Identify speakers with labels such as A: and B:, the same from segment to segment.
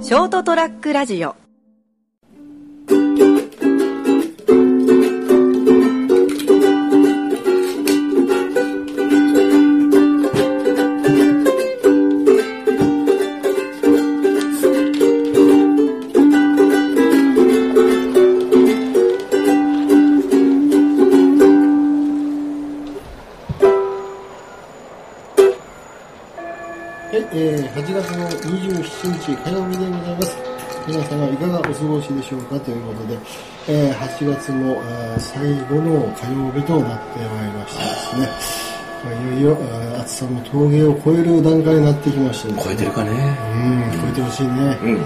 A: ショートトラックラジオ
B: はい、えー、8月の27日火曜日でございます。皆様いかがお過ごしでしょうかということで、えー、8月のあー最後の火曜日となってまいりましてですね、まあいよいよあー暑さも峠を越える段階になってきまして、ね、
C: 超えてるかね
B: うん、聞こえてほしいね。
C: うん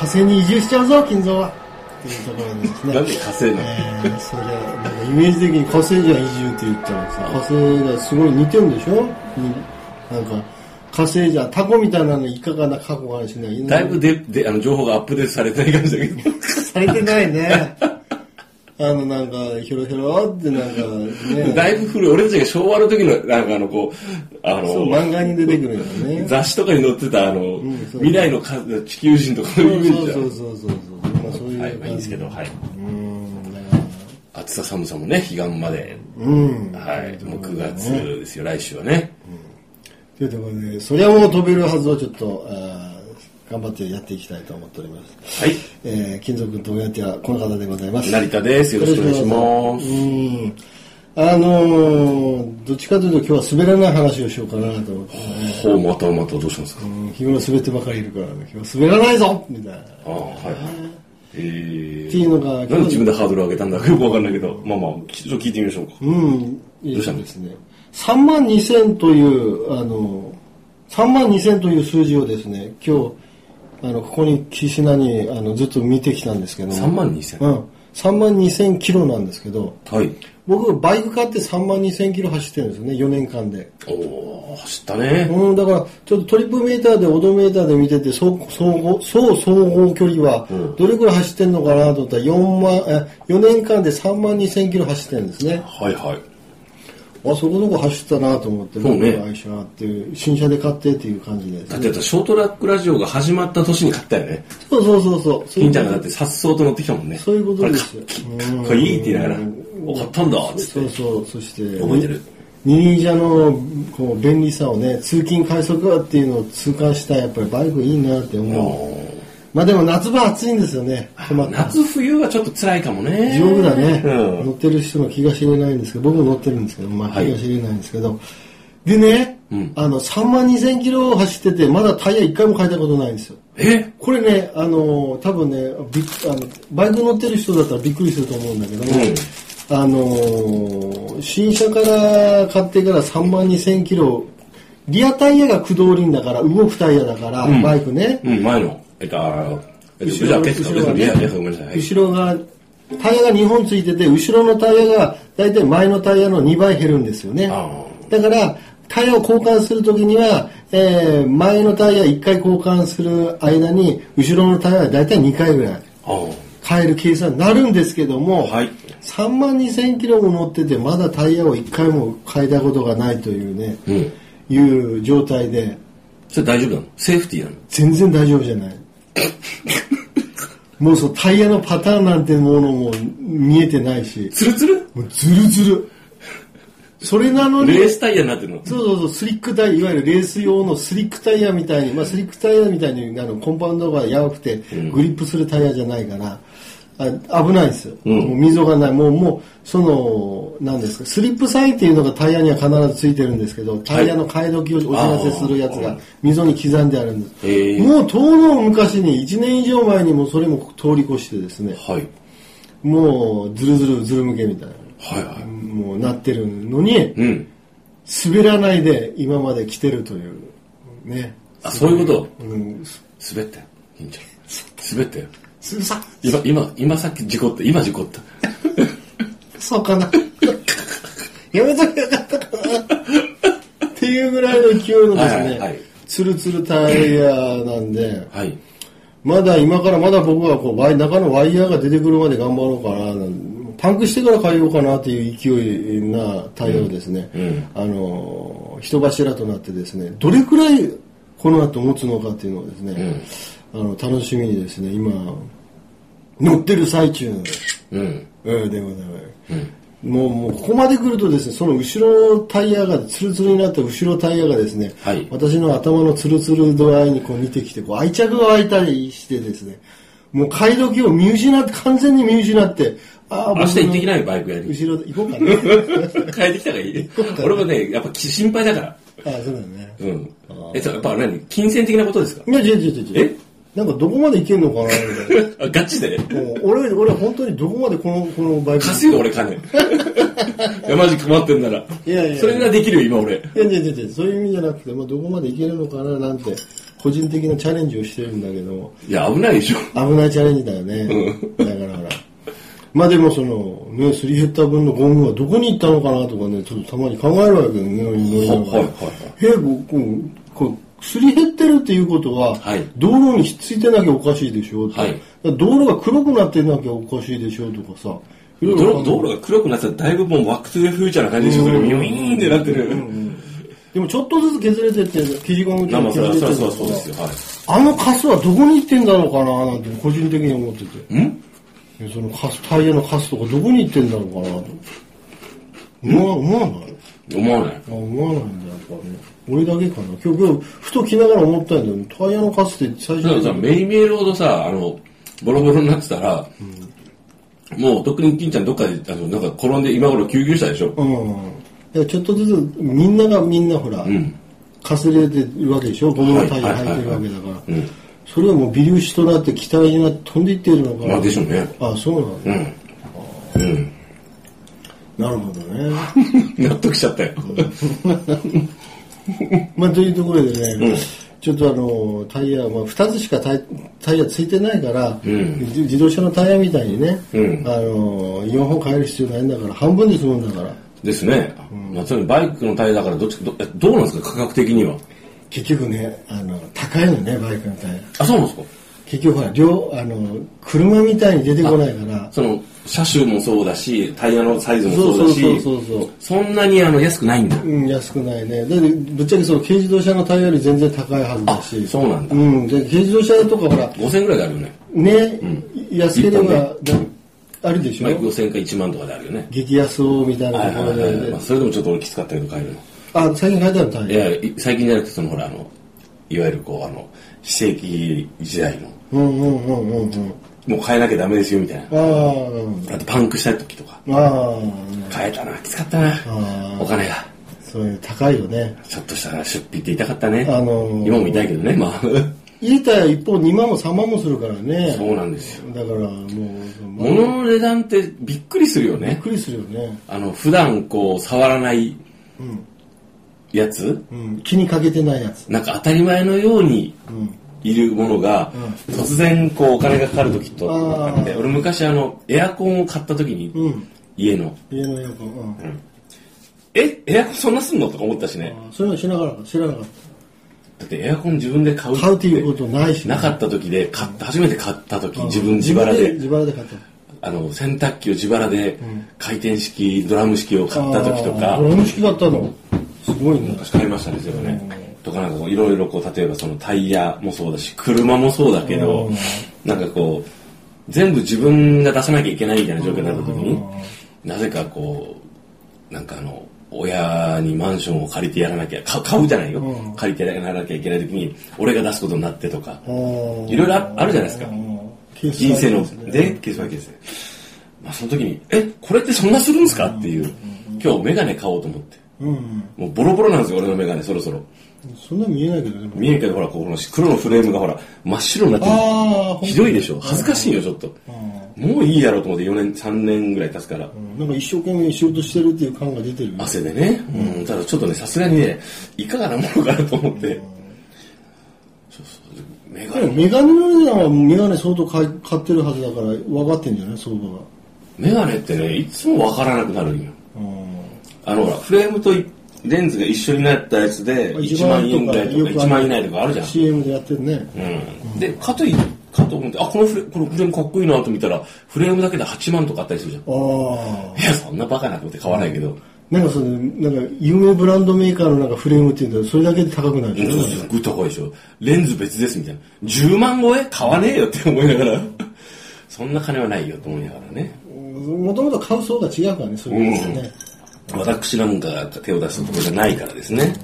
B: 火星に移住しちゃうぞ、金蔵はっていうところでですね。
C: なんで火星なの
B: えー、それなんかイメージ的に火星じゃ移住って言ったらさ火星がすごい似てるんでしょになんか火星じゃタコみたいなのいかがな過去があるしね
C: だいぶでであの情報がアップデートされてない感じだけど
B: されてないねあのなんかひょろひょろってなんかね
C: だいぶ古い俺たちが昭和の時のなんかあのこうあ
B: そう
C: の
B: 漫画に出てくるんだよね
C: 雑誌とかに載ってたあの、
B: んそう
C: 未来のか地球人とかそう
B: そ
C: いううイメー
B: そ
C: ジ
B: う
C: だ
B: そうそうそうまあそういう
C: はいまあいいんですけどはいう
B: ーんだから
C: 暑さ寒さもね彼岸まで、
B: うん
C: はいもう9月ですよ、来週はね
B: というところでそりゃもう飛べるはずをちょっとあー頑張ってやっていきたいと思っております
C: はい
B: えー、金属君とおやってはこの方でございます。
C: 成田ですよろしくお願いします
B: ます。うん。あのー、どっちかというと今日は滑らない話をしようかなと思って、ね、
C: ほうまたまたどうしたんですか、
B: うん日頃滑ってばかりいるから、ね、今日は滑らないぞみたいな。
C: ああはいえー、
B: っていうのが
C: なんで自分でハードル上げたんだかよくわかんないけどまあまあちょっと聞いてみましょうか
B: うん。いい
C: どうしたの
B: ですね。3万2000という、あの、3万2000という数字をですね、今日、あの、ここに岸名に、あの、ずっと見てきたんですけど。
C: 3万2000
B: うん。3万2000キロなんですけど、
C: はい。
B: 僕バイク買って3万2000キロ走ってるんですよね4年間で、
C: おお走ったね。
B: うん、だからちょっとトリップメーターでオドメーターで見てて総総合総総合距離は
C: うん
B: どれくらい走ってるのかなと思ったら4万え4年間で3万2000キロ走ってるんですねあ
C: はいはい。
B: そこそこ走ったなと思って
C: そうね
B: なんか愛車っていう新車で買ってっていう感じで
C: だってあとショートラックラジオが始まった年に買ったよね。
B: そうそうそうそうそう
C: 金ちゃんがだって颯爽と乗ってきたもんね。
B: そういうことですよ
C: あれかっけかっこいいって言いながら、お買ったんだっつ
B: そ
C: っ
B: う
C: て。
B: そうそして
C: 覚えてる
B: 二輪車のこう便利さをね通勤快速はっていうのを痛感したやっぱりバイクいいなって思うまあでも夏場暑いんですよね
C: あー
B: 困った
C: 夏冬はちょっと辛いかもね。
B: 地獄だね、
C: うん
B: 乗ってる人の気が知れないんですけど僕も乗ってるんですけどまあ
C: はい
B: 気が知れないんですけど、でね、
C: うん
B: あの3万2000キロ走っててまだタイヤ1回も変えたことないんですよ
C: え
B: これね、あのー多分ねびっあの、バイク乗ってる人だったらびっくりすると思うんだけども、あのー新車から買ってから3万2000キロ、リアタイヤが駆動輪だから、動くタイヤだから、
C: ん
B: バイクね、
C: うん、前の。えっと、あーえっと、
B: 後
C: じ
B: ろ
C: ゃあ、
B: が
C: ペスカ、
B: 後
C: ペ
B: ろが
C: スカ、
B: ね
C: いや、ペスカ、ごめんなさい。
B: 後ろが、タイヤが2本ついてて、後ろのタイヤが大体前のタイヤの2倍減るんですよね
C: あ。ー
B: だから、タイヤを交換するときには、えー前のタイヤ1回交換する間に、後ろのタイヤは大体2回ぐらい。
C: あー
B: 変える計算になるんですけども、
C: はい
B: 3万2000キロも乗っててまだタイヤを1回も変えたことがないというね、
C: うん。
B: いう状態で
C: それ大丈夫なのセーフティーなの
B: 全然大丈夫じゃないもうそうタイヤのパターンなんてものも見えてないし
C: ツルツル
B: もうズルズルそれなのに
C: レースタイヤになってるの
B: そうそうそう、スリックタイヤ、いわゆるレース用のスリックタイヤみたいに、まあ、スリックタイヤみたいにあのコンパウンドがやわくて、グリップするタイヤじゃないから、あ危ないんですよ。
C: ん
B: もう溝がない。もう、もう、その、なんですか、スリップサインっていうのがタイヤには必ずついてるんですけど、タイヤの替え時をお知らせするやつ
C: あ
B: が
C: ー
B: 溝に刻んであるんです。
C: へー
B: もう、とうのう昔に、1年以上前にもそれも通り越してですね、
C: はい。
B: もう、ズルズルズル向けみたい
C: はいは
B: な、もうなってるのに、
C: い。うん。
B: 滑らないで今まで来てるというね
C: あ、そういうこと
B: うん
C: 滑ったよ。いいんじゃん。滑ったよ。
B: すさ
C: 今、今、今さっき事故った。今事故った。
B: そうか なやめときゃよかったかなっていうぐらいの勢いのです
C: はいは
B: ね、
C: いはい
B: ツルツルタイヤなんで
C: はい。
B: まだ今からまだ僕がこうワイ中のワイヤーが出てくるまで頑張ろうかななんパンクしてから変えようかなっていう勢いなタイヤをですね、
C: うんうん
B: あの人柱となってですねどれくらいこの後持つのかっていうのをですね、あの、楽しみにですね、今、乗ってる最中の、
C: うん。
B: えーでございます。もう、もう、ここまで来るとですね、その後ろのタイヤが、ツルツルになった後ろタイヤがですね、
C: はい
B: 私の頭のツルツル度合いにこう見てきて、こう愛着が湧いたりしてですね、もう買い時を見失って、完全に見失って、ああ、
C: 明日行ってき
B: い。
C: ないバイク屋に。
B: 後ろで行こうか な。
C: 帰ってきたらいい。俺もね、やっぱき心配だから。
B: ああ、そうだよね。
C: うん。え、そうやっぱ何金銭的なことですか
B: いや、違う違う違う違う。なんかどこまで行けんのかなみたいな。
C: あガチで
B: もう俺、俺本当にどこまでこの、このバイク。
C: 貸すよ、俺 金。いや、マジ困ってんなら。
B: いやいや
C: それならできるよ、今俺。
B: いやいやいやいやそういう意味じゃなくて、まあ、どこまでいけるのかななんて、個人的なチャレンジをしてるんだけど、
C: いや、危ないでしょ。
B: 危ないチャレンジだよね。だからほら。まあでもその、ね、すり減った分のゴムはどこに行ったのかなとかね、ちょっとたまに考えるわけよね、乗りながら
C: はいはいはい
B: え、こうこう、こう、すり減ってるっていうことは、
C: はい
B: 道路にひっついてなきゃおかしいでしょ、とか
C: はい
B: だから道路が黒くなってなきゃおかしいでしょ、とかさ。いろ
C: 道
B: いろ考え
C: 路道路が黒くなってたらだいぶもうワックスでフューチャーな感じでしょ。それ、ミュイーンってなってる。
B: でもちょっとずつ削れてって、生地ゴム
C: 生そ
B: 削
C: れ
B: れ
C: は
B: てって
C: そ
B: るか
C: うそ
B: ら
C: うそうですよ。はい。
B: あのカスはどこに行ってんだろうかななんて個人的に思ってて。
C: ん
B: そのカス、タイヤのカスとかどこに行ってんだろうかなと。思わ思わない
C: 思わない。
B: あ思わないんだ、やっぱね。俺だけかな。今日、今日、ふと着ながら思ったんだよ。タイヤのカスって最初
C: だからさ、メイメイロードさ、あの、ボロボロになってたら、もう、特に金ちゃんどっかで、あの、なんか転んで今頃救急車でしょ。
B: うん。いや、ちょっとずつ、みんながみんなほら、
C: ん
B: かすれてるわけでしょゴムのタイヤ入ってるわけだから。
C: うん。
B: それはもう微粒子となって、機体になって飛んでいってるのか
C: まあでしょうね。
B: あ、そうなん
C: う
B: だ。
C: ん。 うん。
B: なるほどね。
C: 納得しちゃったよ。
B: まあ、というところでね、
C: うん
B: ちょっとあのタイヤ、まあ、2つしかタイタイヤついてないから、
C: ん
B: 自自動車のタイヤみたいにね、
C: うん
B: あの4本変える必要ないんだから半分に済むんだから
C: ですね。まあ、つまりバイクのタイヤだからどっちど、えどうなんですか、価格的には。
B: 結局ねあの高いのねバイクのタイヤ
C: あ、そうなんですか。
B: 結局ほら両あの車みたいに出てこないから
C: その、車種もそうだし、タイヤのサイズも
B: そう
C: そ
B: そうう
C: だ
B: そう
C: し、
B: そうそう
C: そんなにあの安くないんだ。
B: うん、安くないねだってぶっちゃけその軽自動車のタイヤより全然高いはずだし
C: そうなんだ。
B: うん、で軽自動車とかほら
C: 5000円くらいであるよね。
B: ね、安ければ、あるでしょ
C: バイク5000円か1万とかであるよね。
B: 激安をみたいなところ
C: はいはいはい
B: で
C: まあ、。それでもちょっと俺きつかったけど帰るの。
B: あ、最近書いてある単
C: い
B: 位。
C: や、い最近じゃなくて、そのほら、あの、いわゆるこう、あの、非正規時代の、
B: うんうんうんうんうん。
C: もう変えなきゃダメですよみたいな。
B: ああ、なるほ
C: あとパンクした時とか、
B: ど。あ
C: 変えたな、きつかったな
B: あ、ー
C: お金が。
B: あ、そういう高いよね。
C: ちょっとしたら出費って痛かったね。
B: あのー
C: 今も痛いけどね、まあ。
B: 入れたら一方2万も3万もするからね。
C: そうなんですよ。
B: だからもう、まあ
C: 物の値段ってびっくりするよ
B: びっ
C: ね。
B: くりするよね。
C: あの、普段こう、触らない
B: うん。
C: やつ、
B: うん。気にかけてないやつ。
C: なんか当たり前のように
B: うん。
C: いるものが、
B: う
C: 突然こう、お金がかかる時と
B: あー
C: あって、俺昔あの、エアコンを買った時に、
B: うん。
C: 家の、
B: 家のエアコン。うん。
C: え、エアコンそんなすんのとか思ったしね。
B: ああそういうの知らなかった。知らなかっ
C: だってエアコン自分で買う
B: た。買うっていうことないしね。
C: なかった時で、買った、初めて買った時、
B: うん
C: 自分自腹で、
B: 自腹で買った。
C: あの、洗濯機を自腹で、回転式、ドラム式を買った時と
B: ああ
C: か
B: こ、れも式だったの。すごいね。
C: 買いましたね、それはね。とかなんかこう、いろいろこう、例えばそのタイヤもそうだし、車もそうだけど
B: うん、
C: なんかこう、全部自分が出さなきゃいけないみたいな状況になった時に、なぜかこう、なんかあの、親にマンションを借りてやらなきゃ、か買うじゃないよ
B: うん。
C: 借りてやらなきゃいけない時に、俺が出すことになってとか、
B: い
C: いろいろああるじゃないですか人生の、で、ケースバイケースで。まあその時に、え、これってそんなするんですかっていう、今日メガネ買おうと思って。
B: うん、
C: もうボロボロなんですよ、俺のメガネ、そろそろ。
B: そんな見えないけどね。
C: 見えるけど、ほら、ここの黒のフレームがほら、真っ白になって
B: ああ、
C: る。ひどいでしょ恥ずかしいよ、ちょっと。もういいやろうと思って、4年、3年ぐらい経つから。
B: うんなんか一生懸命仕事してるっていう感が出てるよ。
C: 汗でね。うん、ただちょっとね、さすがにね、いかがなものかなと思って。そうそう。メガ
B: でも
C: ネ、
B: メガネの値段はメガネ相当買い買ってるはずだから分かってんじゃない相場が。
C: メガネってね、いつもわからなくなるんよ。
B: うん
C: あのほら、フレームといレンズが一緒になったやつで、1万円ぐらいとか、1万円以内とかあるじゃん。
B: CM でやってるね。
C: うん。で、かとい、かと思って、あ、このフレこのフレームかっこいいなと見たら、フレームだけで8万とかあったりするじゃん。
B: ああ。
C: いや、そんなバカなと思って買わないけど、
B: なんかその、なんか、有名ブランドメーカーのなんかフレームっていうのは、それだけで高くなるでしょ
C: すっごい高いでしょ。レンズ別ですみたいな。10万超え買わねえよって思いながら。そんな金はないよと思いながらね。
B: もともと買う層が違うからね、そういうことですね。
C: 私なんかが手を出すところじゃないからですね。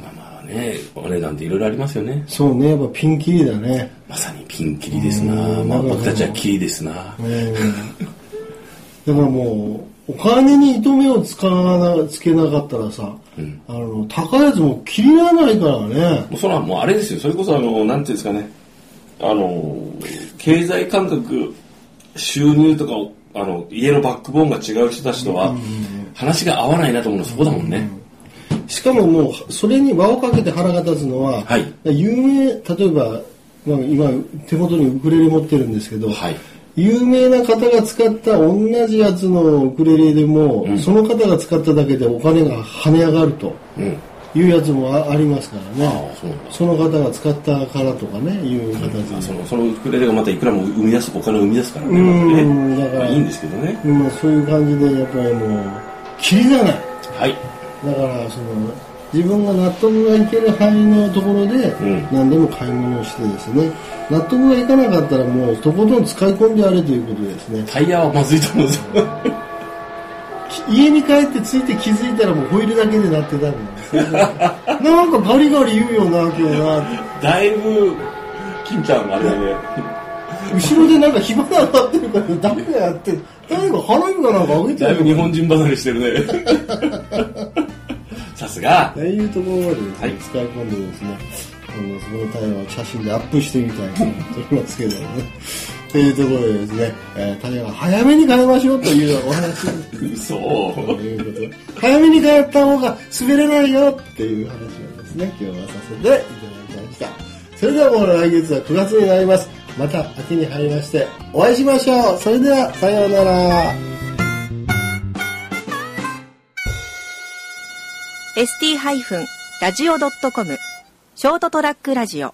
C: まあまあね、お値段っていろいろありますよね。
B: そうね、やっぱピンキリだね。
C: まさにピンキリですな。
B: うん
C: まあ
B: なるほど
C: 僕たちはキリですな。
B: うん。だからもう、お金に糸目をつかな、つけなかったらさ、あの、高いやつも切りがないからね。
C: もうそれはもうあれですよ。それこそあの、なんていうんですかね。あの、経済感覚、収入とかを、あの、家のバックボーンが違う人たちとは、話が合わないなと思うのそこだもんね。
B: しかももう、それに輪をかけて腹が立つのは、
C: はい
B: 有名、例えば、まあ、今、手元にウクレレ持ってるんですけど、
C: はい
B: 有名な方が使った同じやつのウクレレでも、その方が使っただけでお金が跳ね上がると
C: うん。
B: いうやつもあありますから
C: あ
B: ね
C: あ、。そうなんだ。
B: その方が使ったからとかね、いう形
C: まあ
B: で。
C: そのそのウクレレがまたいくらも生み出すお金を生み出すからね,、
B: うん
C: またね
B: だから
C: まあいいんですけどね
B: まあ、そういう感じで、やっぱりもう、キリがない。
C: はい
B: だからその自分が納得がいける範囲のところで
C: ん
B: 何でも買い物をしてですね、納得がいかなかったらもうとことん使い込んでやれということですね
C: タイヤはまずいと 思うんですよ
B: き家に帰ってついて気づいたらもうホイールだけでなってたんですよなんかガリガリ言うよな今日な
C: だいぶ金ちゃんがあれだ ね
B: 後ろでなんか火花上がってるからダメだよって誰か花火かなんかあげて
C: だいぶ
B: る
C: 日
B: よ
C: 本人離れしてるね さすが
B: ああいうところまでですね、
C: はい
B: 使い込んでですね、あのそこの対話を写真でアップしてみたいと思ってますけどね。 というところでですね、えー、対話は早めに変えましょうというお話と
C: 嘘
B: いうことで、早めに変えた方が滑れないよっていう話をですね、今日はさせていただきました。それではもう来月は9月になります。また秋に入りましてお会いしましょう。それではさようなら。
A: ST-radio.com ショートトラックラジオ